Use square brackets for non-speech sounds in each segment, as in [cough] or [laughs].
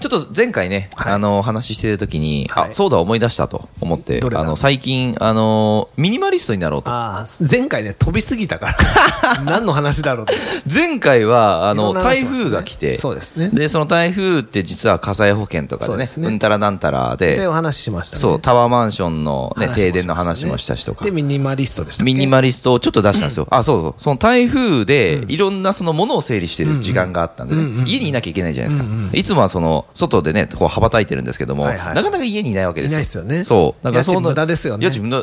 ちょっと前回ね、あの、お話ししてるときに、はいあ、そうだ思い出したと思って、どれだあの、最近、あの、ミニマリストになろうと。ああ、前回ね、飛びすぎたから。 [laughs] 何の話だろうと。前回は、あいろの、んな台話をしましたね風が来て、そうですねで、その台風って実は火災保険とかそでうね、ですうねんたらなんたらで、でお、話ししましたね。そう、タワーマンションのね、話もしました停ね電の話もしたしとかで、。ミニマリストでしたっけ。ミニマリストをちょっと出したんですよ。あ、そうそう。その台風で、いろんなそのものを整理してる時間があったんでね、家にいなきゃいけないじゃないですか。いつもはその、外でね、こう羽ばたいてるんですけども、はないはいかなか家にいないわけですよ。いないですよねそう。だからその家賃無駄ですよね家賃無 [laughs] 駄。い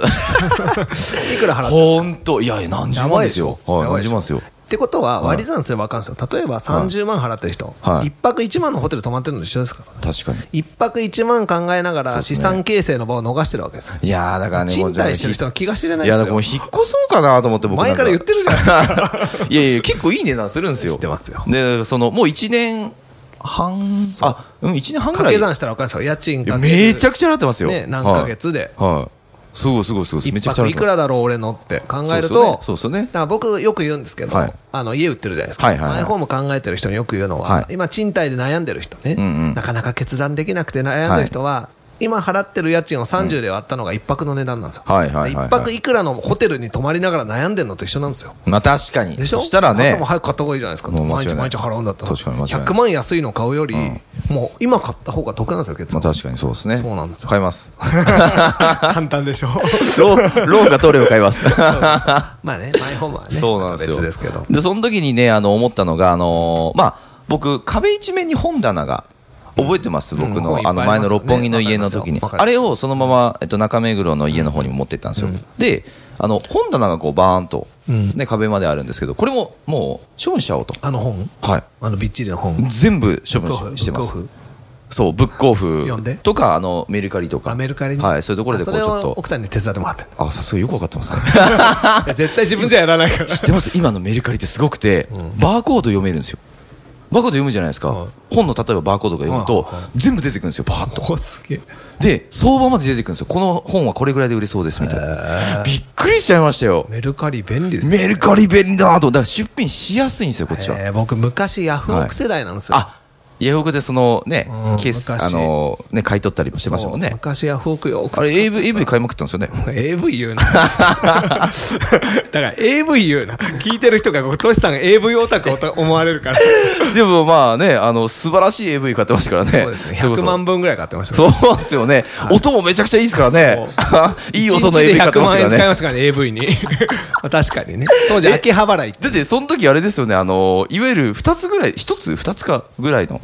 くら払ってほんと、いや、何十万ですよ。はい、何十万ですよ。ってことは、割り算すれば分かるんですよ。例えば30万払ってる人、はい1泊1万のホテル泊まってるのと一緒ですからね。確かに。 1泊1万考えながら資産形成の場を逃してるわけですよ。いやー、だからね、もう賃貸してる人の気が知れないいでや、すだからもうよ。引っ越そうかなと思って僕なん前から言ってるじゃないですか。 [laughs] いやいや、結構いい値段するんですよ。知ってますよで、その、もう1年半、あ、うん、1年半ぐ掛らい。け算したら分かるんですよ。家賃いやかけるめちゃくちゃなってますよ。ね何ヶ月ではい。はい。すごいすごいすごい。め一ちゃくちゃ払っ泊ていくますらだろう俺のって考えそうっるすよねと、そうっすよねだから僕よく言うんですけど、はいあの家売ってるじゃないですか、はいはいはいマイホーム考えてる人によく言うのは、はい今賃貸で悩んでる人ね、うんうんなかなか決断できなくて悩んでる人は、今払ってる家賃を30で割ったのが一泊の値段なんですよ。はいはいはいはい一泊いくらのホテルに泊まりながら悩んでるのと一緒なんですよ。まあ確かに。でしょそしたらあとねも、早く買った方がいいじゃないですか。もう間違い毎な日い毎日払うんだったら。確かに間違いない100万安いの買うより、もう今買った方が得なんですよ、結まあ論。確かにそうですね。そうなんですよ買います。簡単でしょ [laughs] ローローンが取れば買います。まあ [laughs] ね、マイホームはね、そうなんですよ。また別ですけど。で、その時にね、あの、思ったのが、あのーまあ、僕、壁一面に本棚が、覚えてます、ん僕本いっの、ぱいあの、あります前よねの六本木の家の時に。わかりますよあれをそのまま、えっと、中目黒の家の方にも持ってったんですよ。で、あの、本棚がこう、バーンと、ね、壁まであるんですけど、これも、もう、処分しちゃおうと。あの本はい。あのびっちりの本。全部処分ブックオフししてまブックオすフ。そう、ブックオ読んでフとか、あの、メルカリとか。あメルカリにはい、そういうところでこう、あちそょっれをと。奥さんに手伝ってもらってる。あ、さすがよくわかってますね。 [laughs] いや [laughs] 絶対自分じゃやらないから。 [laughs] 知ってます今のメルカリってすごくて、バーコード読めるんですよバーコード読むじゃないですか、はい本の例えばバーコードが読むと、全部出てくるんですよバーッとおすげえ。で相場まで出てくるんですよこの本はこれぐらいで売れそうですみたいなびっくりしちゃいましたよメルカリ便利ですね。メルカリ便利だなとだから出品しやすいんですよこっちは、えー僕、昔ヤフオク世代なんですよ。あヤフオクでそのね、うんケースあ昔のね買い取ったりもしてましたもんそねう昔ヤフオクよ、あれ AV, AV 買いまくったんですよね [laughs] [laughs] AV 言うな。だから AV 言うな。聞いてる人が、トシさん AV オタクをと思わ [laughs] れるから。でもまあねあの素晴らしい AV 買ってますからねそうですね。れこ100そ万分ぐらい買ってましたから。そうですよね。音もめちゃくちゃいいですからね。 [laughs] いい音の AV 買ってましたか1日で100万円使いらまね。したからね、[laughs] AV に。確かにね。当時、秋葉原行って。だって、その時あれですよね、あの、いわゆる2つぐらい、1つ ?2 つかぐらいの、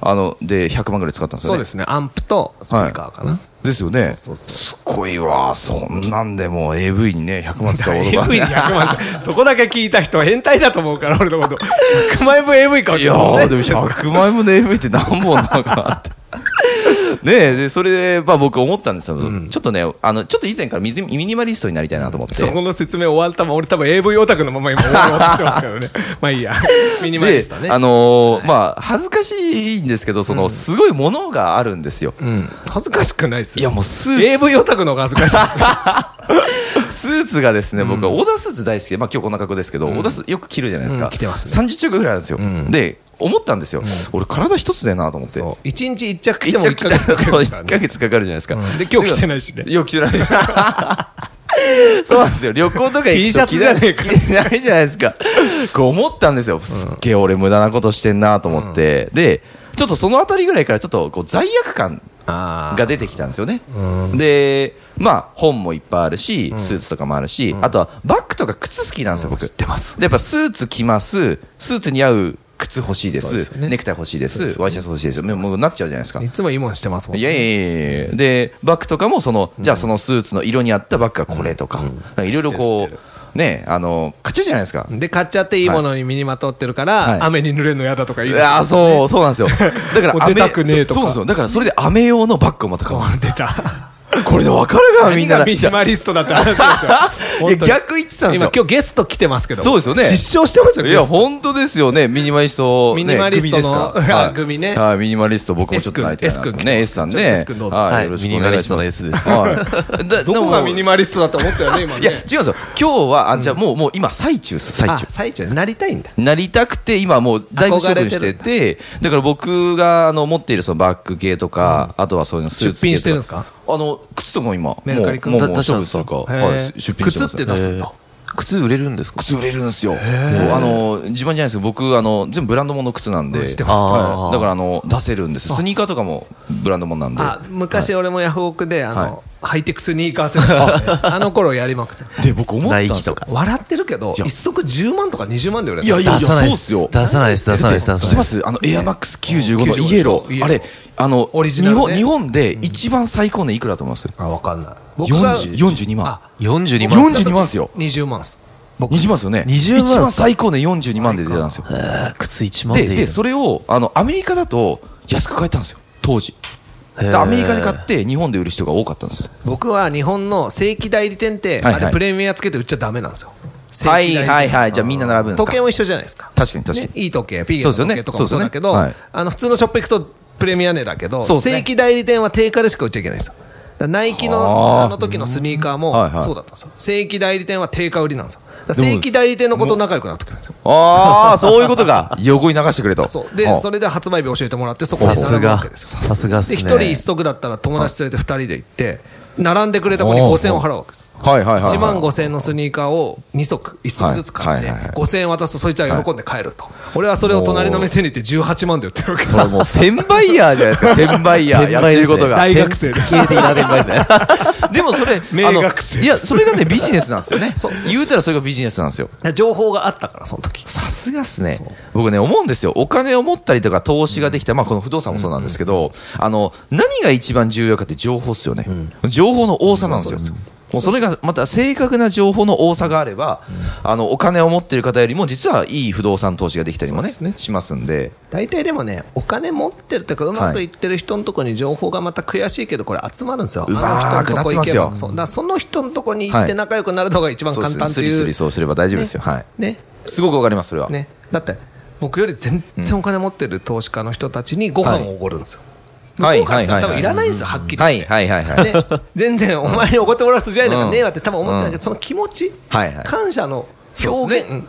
あの、で、100万ぐらい使ったんですよそうね。。ですすね。アンプとスピーカーかな。よね。そうそうすごいわ。そんなんでもう AV にね、100万使う男 [laughs] が AV に100万ってそこだけ聞いた人は変態だと思うから、俺のこと。100万円分 AV 買ういやー、でも100万円分の AV って何本なのかなって。 [laughs] ねえ、で、それで、まあ僕思ったんですよ。ちょっとね、あの、ちょっと以前からミズミミニマリストになりたいなと思って。そこの説明終わったまま、俺多分 AV オタクのまま今終わろうとしてますけど [laughs] ね。まあいいや。ミニマリストね。であのーまあ、恥ずかしいんですけど、その、すごいものがあるんですよ。うん恥ずかしくないっすいよ。や、もうスー AV オタクの方が恥ずかしいっすよ。ツ、スーツがですね、僕はオーダースーツ大好きで、まあ今日こんな格好ですけど、オーダースーツよく着るじゃないですか。うん着てます30着ぐらいあるんですよ。で、思ったんですよ。俺、体一つだよなと思って。 [laughs] そう一日一着着て一も1着着たらヶ月かかそうる一からヶね。月かかるじゃないですか。で、今日着てないしね。よく [laughs] 着てない。そうなんですよ。旅行とか行くと T シャツじゃねえか着ない着ないじゃないですか。こう思ったんですよ。すっげえ俺無駄なことしてんなと思って。で、ちょっとそのあたりぐらいからちょっとこう罪悪感あが出てきたんですよね。で、まあ本もいっぱいあるし、スーツとかもあるし、あとはバッグとか靴好きなんですよ、僕。てます。でやっぱスーツ着ます、スーツに合う靴欲しいでそうですすよねネクタイ欲しいです、ワイシャツ欲しいです、もうもうなっちゃうじゃないですか。いつもいいもんしてますもんい。やいやいやいやで、バッグとかもその、じゃあそのスーツの色に合ったバッグがこれとか、なんかいろいろ知っこてる知ってう、ね、あの、買っちゃうじゃないですか。で、買っちゃっていいものに身にまとってるから、はい雨に濡れるの嫌だとか言いうですよやーそう、そうなんですよ。だかもうら、出たくねえとかそうそうなんですよ。だから、それで雨用のバッグをまた買う。出 [laughs] た。これでわかるかな、みみんんななら。ミいニマリストだって話 [laughs] ですよ。や、逆言ってたんです今よ。今日ゲスト来てますけど。そうですよね失笑してますよ、いゲや、スト。本当ですよね。ミニマリスト、ね、ミニマリストの組です [laughs] かあ組ねはい、ミニマリスト、僕もちょっと泣いて S 君 S 君ね、S さんちょっとね S 君どう。ぞはい、はいよろしくお願いします。ミニマリストの S では [laughs] すい。だどこがミニママリストだと思ったよね、今いや、違うんねで。すよ。今日は、あ、じゃあもう、もう今、最中です、最あ中。最中なりたいんだなりたくて、今もうだいぶ処分して憧て、だから僕があの持っているそのバッグ系とか、あとはそういうのスーツ系と出品してるんですかあの、靴とかも今、もう、メルカリかもう、だもう出し処たん分ですすかるか、へーはい、出品してます靴って出すんだえー靴売れるんですか靴売れるんですよ。もうあの、自慢じゃないですけど、僕、あの、全部ブランドものの靴なんで、知ってます知ってますはいだから、あの、出せるんです。スニーカーとかもブランドものなんで。あ昔、俺もヤフオクであの、はいハイテクスニーカーセットあってあの頃やりまくってで、僕思ったんでナイキすよとか。笑ってるけどいや一足10万とか20万で売れたいやいやいや、出そさうないっですすよ。出さないです出さないです出知っさてなまいですすあの、エアマックス95の95イエロイエー。ローあれ、あの、オリジナル日ね本、日本で一番最高値いくらだと思いますあ分かんない40 ?42 万。あ42万42万ですよ。 20万っす20万ですよね。 20万一番最高値42万で出たんですよ。えー靴1万で、でいいので、それを、あの、アメリカだと安く買えたんですよ。当時。へでーアメリカで買って日本で売る人が多かったんです。僕は日本の正規代理店って、はいはいあれプレミアつけて売っちゃダメなんですよ正は規代理い店はいはい。じゃあみんな並ぶんですか時計も一緒じゃないですか確かに確かにねいい時計ピーゲのそうですよ時ね計とかもそうだけど、そうですよねあの普通のショップ行くとプレミア値だけど、そうです正ね規代理店は定価でしか売っちゃいけないんですよだからナイキはあのあの時のスニーカーもうんはいはいそうだったんですよ、正規代理店は定価売りなんですよだから正規代理店のこと仲良くなってくるんですよああ、そういうことか。横に流してくれと。そうであそれで発売日教えてもらってそこさに並すぶわがけですよさすがっすでね1人1足だったら友達連れて2人で行って並んでくれた子に5000円を払うわけですはいはいはい。 1万5000円のスニーカーを2足1足ずつ買ってはいはいはい5000円渡すとそいつは喜んで帰ると俺はそれを隣の店に行って18万で売ってるわけですそれもう、転売ヤーじゃないですか。転売ヤー。やってることが。大学生です典型的な転売ですね [laughs] でも [laughs] それ、名あの学生いや、それがね、ビジネスなんですよね [laughs] そうそうそ。言うたらそれがビジネスなんですよ。 [laughs] 情報があったからその時さすがっすね。僕ね、思うんですよ。お金を持ったりとか投資ができた、まあこの不動産もそうなんですけど、あの、何が一番重要かって情報っすよね。情報の多さなんですよ。もうそれがまた正確な情報の多さがあれば、あのお金を持っている方よりも実はいい不動産投資ができたりもねそうですねしますんで、大体でもねお金持ってるとかうまくいってる人のとこに情報がまた悔しいけどこれ集まるんですよ、うあまの人くのなとっこて行まけすよばそうだからその人のとこに行ってはい仲良くなるのが一番簡単ってそうですスリいうスリそうすれば大丈夫ですよ。はい。ねすごくわかりますそれは。ね、だって僕より全然お金持ってる投資家の人たちにご飯をおごるんですよ、はい向こうからしたら多は分いはいはいいらないんですよ、はっきり言はっいて。はいはいはい。ね、全然お前におごってもらう筋合いなんかねえわって多分思ってないけうど、その気持ち、はいはい感謝の表現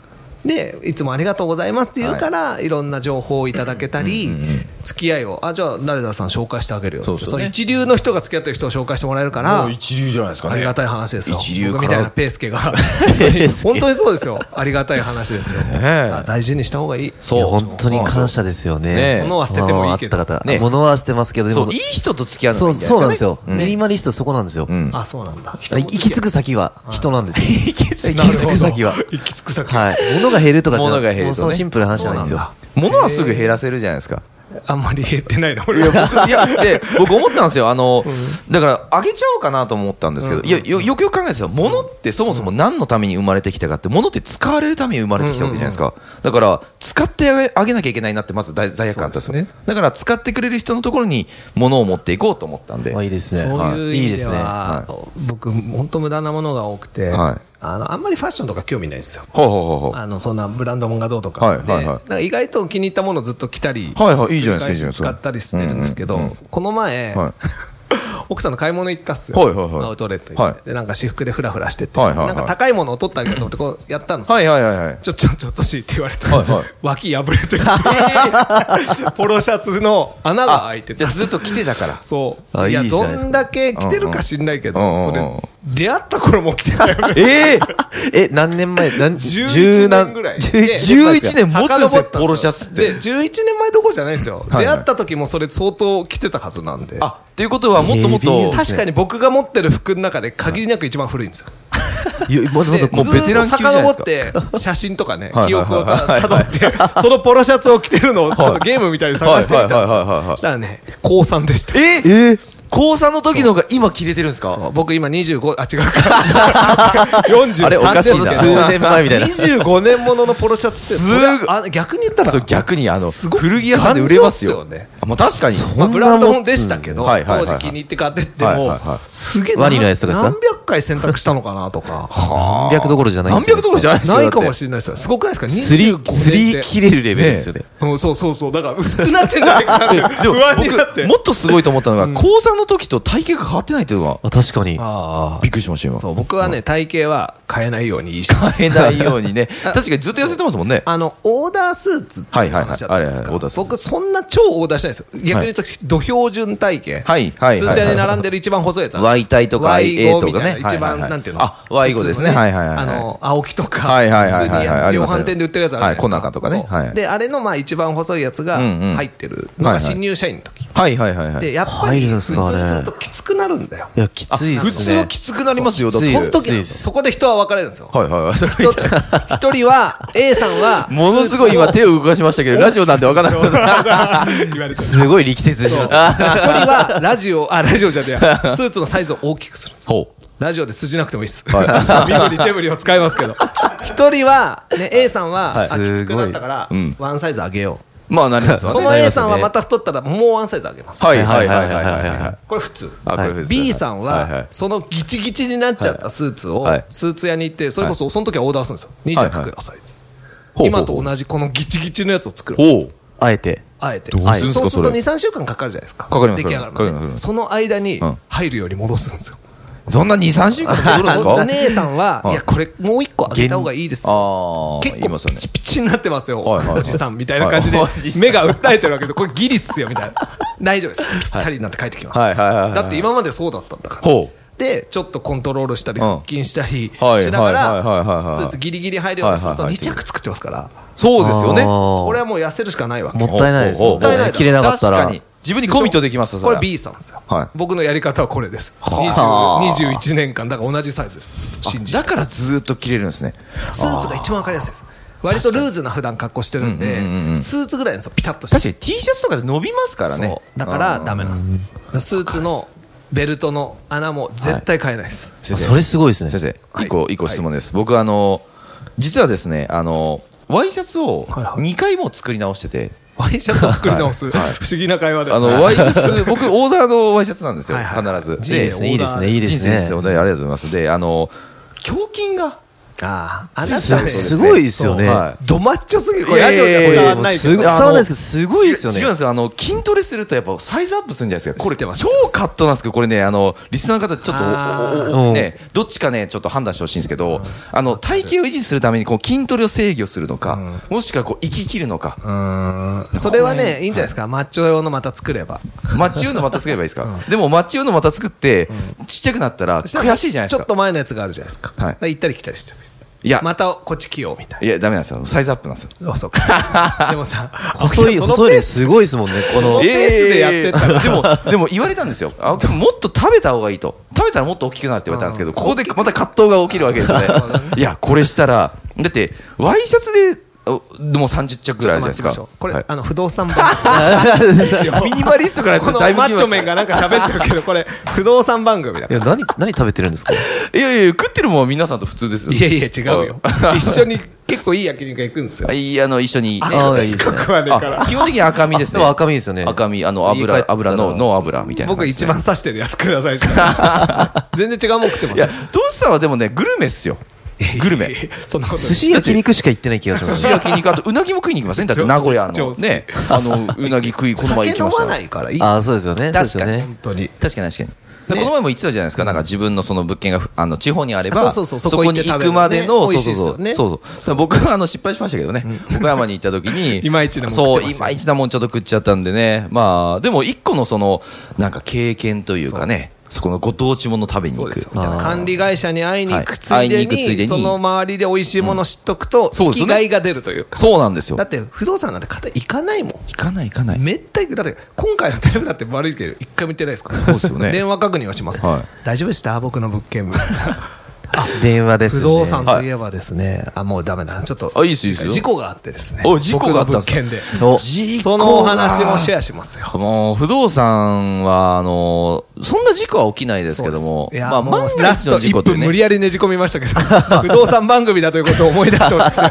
で,、いつもありがとうございますって言うから、い、ろんな情報をいただけたり、付き合いをあじゃあ誰々さん紹介してあげるよそうですよねの一流の人が付き合ってる人を紹介してもらえるから一流じゃないですかありがたい話ですよ一流から僕みたいなペースケが本当にそうですよありがたい話ですよ、あ大事にした方がいいいそうや本当に感謝ですよねえね物は捨ててもいいけど物はあった方ねえ物は捨てますけどでそもういい人と付き合うのがいうそいんじゃなそういなんでですすよかね。ミニマリストそこなんですよんあそうなんだ行き着く先は人なんですよ行き着なるほどく先は行き着く先はい物が減るとかじゃな物がく減るとねてもうそのシンプルな話じゃないんですよ物はすぐ減らせるじゃないですか。あんまり減ってないな俺いや、僕、いや、で、僕思ったんですよ。あの、だから、あげちゃおうかなと思ったんですけど、いや、よ、よくよく考えてたら、物ってそもそも何のために生まれてきたかって、物って使われるために生まれてきたわけじゃないですか。だから、使ってあげあげなきゃいけないなって、まず大罪悪感あったんですよ。そうですだから、使ってくれる人のところに物を持っていこうと思ったんで。まあいいですねそういうい意いで味ですねは、僕、本当無駄なものが多くて、はいあの、あんまりファッションとか興味ないんですよ。ほうほうほうほう。あのそんなブランドもんがどうとか、はいはいはいでなんか意外と気に入ったものをずっと着たり、はいはいいいじゃないですかいいじゃない使ですかったりしてるんですけど、うんうんうんこの前、はい奥さんの買い物行ったっすよ、はいはいはいアウトレット行って、はいでなんか私服でふらふらしてて、はいはいはいなんか高いものを取ってあげようと思って、こうやったんですよ。はいはいはいはい。ちょ、ちょ、ちょっとしいって言われた、はいはい脇破れて [laughs] る。ポロシャツの穴が開いてじてゃあ、ずっと着てた [laughs] から。そう。あいや、いいじゃどないですかんだけ着てるか知んないけど、うんうんそうんれうん、出会った頃も着てたよね。えええ何年前何11年ぐらい。で11年持つんです遡よったポロシャツってで、11年前どころじゃないですよ。はい出会った時もそれ相当着てたはずなんで。あ、ということは、もっともっヘビとー、確かに僕が持ってる服の中で限りなく一番古いんですよ。いやまだで、まずだっとこうもうベテラン級じゃない遡でっすかて、 [laughs] 写真とかねはい、はい記憶をたはいたどって、そのポロシャツを着てるのをちょっとゲームみたいに探してみたんですはいはいはいはいはいはよ。いそしたらね、高3でした。ええ高3の時の方が今切れてるんですそかう僕今25、あ、違うか。43 [laughs] あれおかしいなですけど数年前みたいな25年もののポロシャツって、すそごいれあ逆に言ったら、そう逆にあのすごい古着屋さんで売れますよ頑丈っすよねあもう確かにまあ、ブランドもんでしたけど、うんはいはいはい当はい時気に入って買ってってはいはいもは、すげえ、ワニ何のやつとかですか何百回選択したのかなとか、何百どころじゃない。何百どころじゃないですよ [laughs] ないかもれしれないですよ。すごくないですかすり ?25 年、で。すり切れるレベルですよね。うん、そうそうそう。だから、薄くなってんじゃないかなって。でも不安になって。僕もっとすごいと思ったのが高3の時と体型が変わってないっていうのがあ確かに。あびっくりしましたあ。今そう、僕はね、体型は変えないように意識変えないようにね確かにずっと痩せてますもんねあの、オーダースーツってはいはいはい話だったじゃないですあれか。はいオーダースーツ僕、そんな超オーダーしないですよ。逆に言うと、土俵順体型。はいはいはいスーツ屋に並んでる一番細いやつ。 Y 体とか Y5 A とかねみたいなはい一はいは番、いなんていうのあ Y5 ですね普通のはいはいはいあの、青木とか、はいはいはいはい普通あにり量ます販店で売ってるやつあるじゃないはですか。いコナカとかねそうはいで、あれの、まあ、一番細いやつがうんうん入ってるのはいはがい新入社員の時。はいはいはいはで、いやっぱり、入るん普す通かあれにするときつくなるんだよ。いや、きついっ普す通ね。はきつくなりますよだってきついそのです時きついですそこで人は分かれるんですよ。はいはいはいそれ一人一人は、A さんは、ものすごい今手を動かしましたけどラジオなんてわから [laughs] なかった言われてるすごい力説しますね。一人はラジオ、あ、ラジオじゃねえ [laughs] や、スーツのサイズを大きくする。ほうラジオで通じなくてもいいです。 [laughs] は身振り手振りを使います [laughs] けど。一人は、ね、A さんは、はいあ、きつくなったからごいうん、ワンサイズ上げよまあなりますう。わそねの A さんはまた太ったら、もうワンサイズ上げます。はいはいはいはいはいはいはいこれ普通。あこれ普通 B さんいいは、そのギチギチになっちゃったスーツをはい、スーツ屋に行って、それこそその時はオーダーするんですよ。いはい2着くださいって。今と同じこのギチギチのやつを作る。ほうあえて。あえて。どうするんですかそうするそとれ2、3週間かかるじゃないですか。かかります出来上がるかかりますかかまりでますその間にうん入るように戻すんですよ。そんな23週間戻るんですかお姉さんは、はいいや、これもう一個あげた方がいいですあよ。あ結言い構ますよピねチピチになってますよ、はいはいはいおじさんみたいな感じではいおじさん目が訴えてるわけでこれギリっすよみたいな大丈夫ですぴったりになって帰ってきます、はいはいはいはいだって今までそうだったんだからほうでちょっとコントロールしたりうん腹筋したりはいしながはいはいはいはいらはいスーツギリギリ入るようにするとはいはいはい2着作ってますからそうですよねあーこれはもう痩せるしかないわけもったいないですほうほうほうもったいない切れなかったら確かに自分にコミットできますよそこれれ B さんですよ、はい僕のやり方はこれですはあ20 21年間だから同じサイズですずっと信じてだからずーっと切れるんですねスーツが一番わかりやすいです割とルーズな普段格好してるんで、うんうんうんうんスーツぐらいなんですよピタッとして確かに T シャツとかで伸びますからねそうだからダメなんですスーツのベルトの穴も絶対変えないです、先生それすごいですね。先生はい一個一個質問です僕あの実はですねあのワイシャツをはいはい2回も作り直しててワイシャツを作り直す、不思議な会話であのワイシャツ [laughs] 僕オーダーのワイシャツなんですよはいはいはい必ず人生でをいいですね、いいです人生ね。ですよねありがとうございますであの胸筋があああなたねすすごいですよね。はいドマッチョすぎるいこれやラいジオやいじゃやいや伝わんないけすどごい伝わらないですけど、すごいですよね違うん。ですよ。あの、筋トレするとやっぱサイズアップするんじゃないですか。これ、知ってます超カットなんですけど、これね、あの、リスナーの方、ちょっあとーおおお、うんね、どっちかね、ちょっと判断してほしいんですけど、あの、体型を維持するために、こう、筋トレを制御するのか、もしくは、こう、生き切るのか、うーんそれはねいいんじゃないですか、マッチョ用のまた作ればマッチ用のまた作ればいいですか。でも、マッチ用のまた作って、ちっちゃくなったら、悔しいじゃないですちょっか。と前のやつがあるじゃないですか,、はい行ったり来たりしてもいいですいや、またこっち着ようみたいいや、ダメなんですよ。サイズアップなんですよ。[laughs] なあそうかでもさ細い、その細いペーでスすごいですもんね。このえ、ペースでやってたでも、でも言われたんですよ。あでももっと食べた方がいいと。食べたらもっと大きくなるって言われたんですけど、ここでまた葛藤が起きるわけです [laughs] ね。いや、これしたら、だって、ワイシャツで、おでも30着ぐらいじゃないですか。ちょっと待ってみましょうこれ、はいあの不動産版 [laughs] ミニマリストからやってこのだマいぶッチョメンがなんか喋ってるけどこれ不動産番組だいや、何、何食べてるんですかいやいや、食ってるもんは皆さんと普通ですよ。いやいや違うよ一緒に結構いい焼肉屋行くんですよい [laughs] や、あの、一緒に、ね。あいいですね近くはねえからあ基本的に赤身ですね。でも赤身ですよね赤身、あの、家帰油、ったら油の、の油みたいな僕感じ一で番刺してるやつく [laughs] ださいしか全然違うもん食ってますいや、トシさんはでもね、グルメっすよ。グルメ。そんなことない寿司焼肉しか行ってない気がしま寿す司。焼肉あとうなぎも食いに行きませんだって名古屋上の手ねあのうなぎ食いこの前行き酒飲ましたまないからいいああ、そうですよね。そうですよ確かね本。当に確かに確かにだからこの前も言ってたじゃないですか、なんか自分のその物件がふあの地方にあれば、そうそうそうそこに行そこ行って食べるくまでの、ねそ美う味しいそうですそよう、ねそうそう僕はあの失敗しましたけどね、岡山に行った時に、 [laughs] いまいちなもん食っそてまう、したいねまいちなもんちょっと食っちゃったんでね、まあ、でも一個のその、なんか経験というかね、そこのご当地もの食べにそ行うくみですよたいな。管理会社に会いに行はいくつい会いでに行くついでににその周りで美味しいもの知っとくとそうです生ねきがいが出るというかそうなんですよ。だ行って不動産なんて肩行かないもんかない行かない。めったにだって今回のテレビだって悪いけど一回も言ってないですからそうっすよね電話確認はします、はい [laughs] 大丈夫でした僕の物件あ電話です不ね。動産といえばですね、あ、もうダメだな。ちょっと。あいいっすいいっすよ事故があってですね。お事故があったんです僕の物件で。おそのお話をシェアしますよ。もう不動産は、あの、そんな事故は起きないですけども、いや、まあ、も万うがラ一ストの事故1という分無理ね。やりねじ込みましたけ [laughs] ど、不動産番組だということを思い出してほしくて、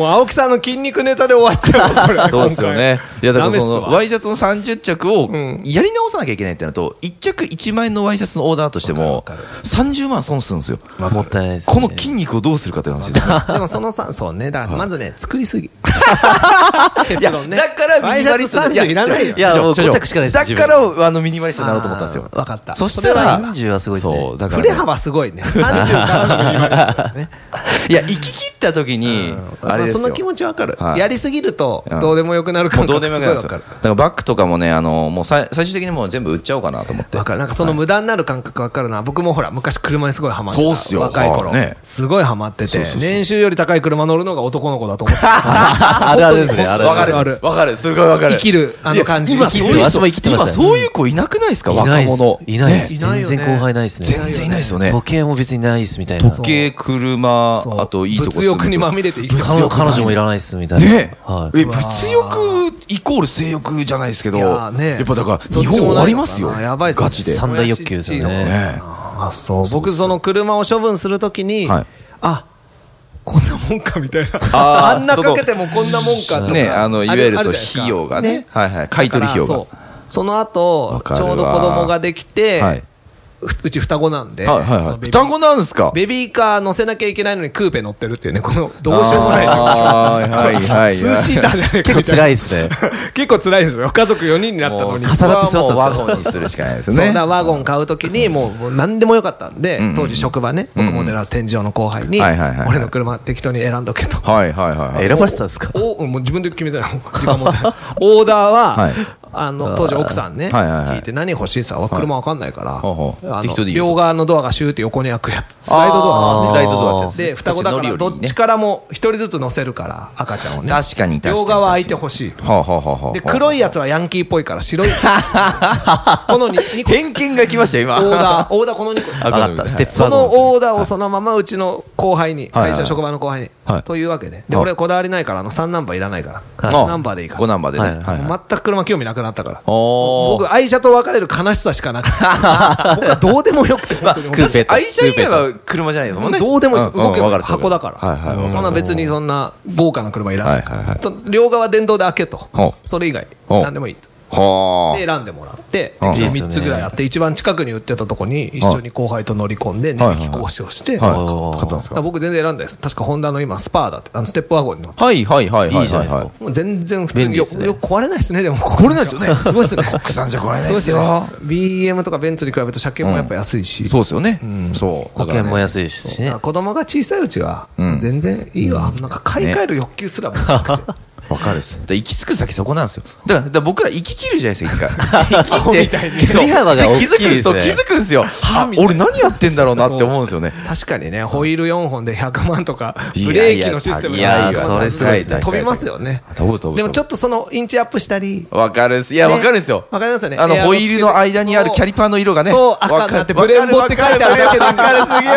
もう青木さんの筋肉ネタで終わっちゃうわこれそうですよね。いや、だからその、ダメっすわワイシャツの30着をんやり直さなきゃいけないってなると、1着1万円のワイシャツのオーダーとしても、30万損するんですよ。もったいないですね。この筋肉をどうするかって話ですね。 [laughs] でもそのさ、そうね、だからまずね、作りすぎ。いや、 [laughs] 結論ねだからミニマリストワイシャツ30いらないよいや、いもやうもう5 5着着ししかかなないいですだから、あの、ミニマリストになろうと思ったんですよ。あーわかったそしたら、それは40はすごいですねそう、だからね、振れ幅す [laughs] ごいね。30からのミニマリストだね。いや、行き切った時に、うんあれですよ。まその気持ちわかる、はいやりすぎるとうんどうでもよくなるもう感どう覚でもよすごくいないわですよ。かだかるらバッグとかもね、あの、もうさい最終的にもう全部売っちゃおうかなと思って。わかるなんかその無駄になる感覚わかるな、僕もほら昔車にすごいハマってたそうっすよ若い頃、はいねすごいハマっててそうそうそう年収より高い車乗るのが男の子だと思ってた [laughs] あるある [laughs] ですね。あるわかある。る。あわるあるかる。すごいわかる。生きるあの感じいや今そう生きいるう私人、も生きてました今ねそういう子いなくないですかい若ないっす者。いないです。ねいない全よね然後輩ないですね。全然いないですよね。時計も別にないですみたいな。時計、車、そうあといいとこ物欲にまみれて生きて彼女彼女もいらないですみたいな。ねはい。え、物欲イコール性欲じゃないですけど、いややーねっぱだから、どっ日ちもな本終わいのかなりますよ。やばいっすねガチで。三大欲求ですよね。ねあそう僕その車を処分するときに、はいあこんなもんかみたいなああーんなかけてもこんなもんかとかね、あの、いわゆるそう、あじゃないですか費用がね。はいはい。買い取り費用だがか。らそうそのわ後かるちわょうど子供ができて、はい。ふうち双子なんで、はいはいそはのい。ベビー双子なんですかベビーカー乗せなきゃいけないのにクーペ乗ってるっていうね、このどうしようもないあーはいはいはいツーシーターじゃねえか結み構たい辛いな。ですね。結構辛いですよ。家族4人になったのに。もう重なってそうそこはもそうワゴンにするしかないですそねん。なワゴン買うときに、もうもう何でもよかったんでうんうん、当時職場ね、僕もテラス天井の後輩に、はいはいはいはい俺の車適当に選んどけと。はいはいはいはい。選ばれてたんですかおもう自分で決めてない、時 [laughs] 間もったいないオーダーは、はいあの当時、奥さんね、はいはいはい聞いて、何欲しいさ、車わかんないから、ほうほうあの適当でいいよと両側のドアがシューって横に開くやつ、スライドドアなんあーですスねライドドアってやつで、双子だから、どっちか。からも一人ずつ乗せるから、赤ちゃんをね。確かに確かに両側空いてほしいと。はあ、はあはあはあ、で、黒いやつはヤンキーっぽいか [laughs] ら、白い。この 2, 個。偏見が来ましたよ、オ今。ーダー、オーダーこの2個。あ上がった。ステップそワゴンですねのオーダーをそのままうちの後輩に、はいはい会社、職場の後輩にはい、というわけで、ではい俺、こだわりないから、あの3ナンバーいらないから、あナンバーでいいか5ら、ナンバーでね。はいはいはい全く車興味なくなったから、おー僕、愛車と別れる悲しさしかな [laughs] くて、他どうでもよくて、本当にクーペと愛車以外は車じゃないですもんね。どうでもいいです動けわかばる箱だから、はいはいわそかんるな別にそんな豪華な車いらないから、はいはいはいと両側電動で開けとほ、うそれ以外、ほう何でもいいと。はで選んでもらって、うん適当に3つぐらいあって、一番近くに売ってたとこに一緒に後輩と乗り込んで、値引き交渉して、あ。だかはい。買ったんですらか僕全然選んだです。確かホンダの今、スパーだって、あのステップワゴンに乗って。はいはいはいはい。いいじゃないですかはもう全然普通便に利よっすねよく壊れないですね、でも。壊れないです [laughs] よね。すごいですね。国産じゃ壊れないっすよですよ。BM とかベンツに比べると車検もやっぱ安いし。そうですよね。そう。保険もい。安いしねあ。子供が小さいうちはうん全然いいわ、なんか買い替える欲求すらも [laughs] なくて、わかるっす。だから行き着く先そこなんですよ。だからだから僕ら行き切るじゃないですか、 [laughs] 一回。行き切って。そう振り幅が大きいですねで気づくそう気づくんですよ。は俺何やってんだろうなって思うんですよね。確かにねホイール4本で100万とかいやブいやレーキのシステムいやいや100万とかそれすごい飛びますよね飛ぶ飛ぶでもちょっとそのインチアップしたりわかるっす。いや、ねわかるんですよ。わかりますよねあの、エアロホイールの間にあるキャリパーの色がね。そう赤になってブレンボって書いてあるだけで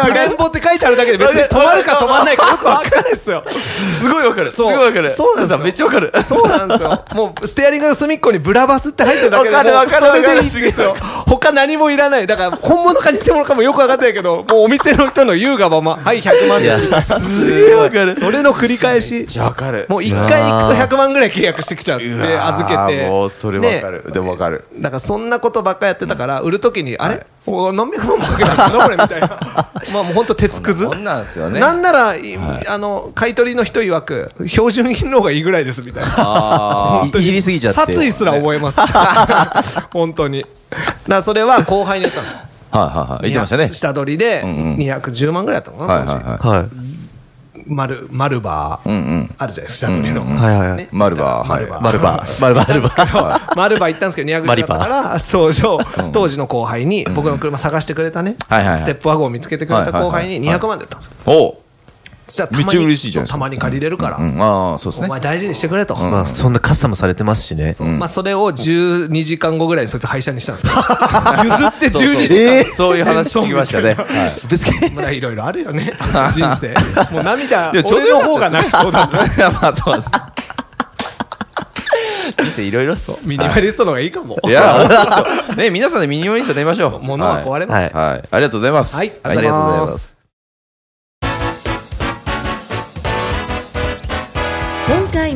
ブレンボって書いてあるだけで別に止まるか止まんないかよくわかんないですよすごいわかる。すごういわかる。そうなんですよさめっちゃわかる。そうなんですよ。もう、ステアリングの隅っこにブラバスって入ってるだけで、わかるわかるもうそれでいわいかんるですよ。他何もいらない。だから、本物か偽物かもよく分かってないけど、もうお店の人の優雅まま、はい、100万ですみたいな。すげえわかる。それの繰り返し。じゃわかる。 [laughs] もう一回行くと100万ぐらい契約してきちゃって、預けて。もうそれわかる。ねでもわかる。だからそんなことばっかやってたから、売るときに、あれお何百万もかけたのかな、これみたいな。 [laughs] まあもう本当鉄くず。そんなんですよね。なんなら、いあの、買い取りの人曰く、標準品の方がいいぐらいですみたいな。あいじりすぎちゃって。殺意すら覚 [laughs] えます。本当に。だからそれは後輩に言ったんですよ。あ。はいはいはい。言ってましたね。下取りで、んうん210万ぐらいだったのかはいな、はい当時。ははい。マル、マルバー、い。うんうん。あるじゃないですか、下取りの。はいはいはいね。マルバー。はい。マルバー。マルバー。マルバ [laughs] ー。マルバ行ったんですけど、200マだっリたバから、当時、当時の後輩に、僕の車探してくれたね、はいはいはいステップワゴンを見つけてくれた後輩はいにはいはい200万で売ったんですよ。おうじゃあたまめっにちゃ嬉しいじゃん。そうたまに借りれるから、うんうんああ、そうですおね。前大事にしてくれと、 [laughs] まあ、そんなカスタムされてますしね。まあ、それを12時間後ぐらいにそいつ廃車にしたんですよ譲って12時間えそういう話聞きましたね。はいーぶつけ。まあいろいろあるよ [laughs] ね人生もう涙いやちょうど俺よのかった方がで泣きそうだい [laughs] やまあそうです。人生いろいろっす。ミニマリストの方がいいかもいや、本当ですよ。ね、皆さんでミニマリストになりましょう。物は壊れます、はい。はい。ありがとうございます。はいありがとうございます。今回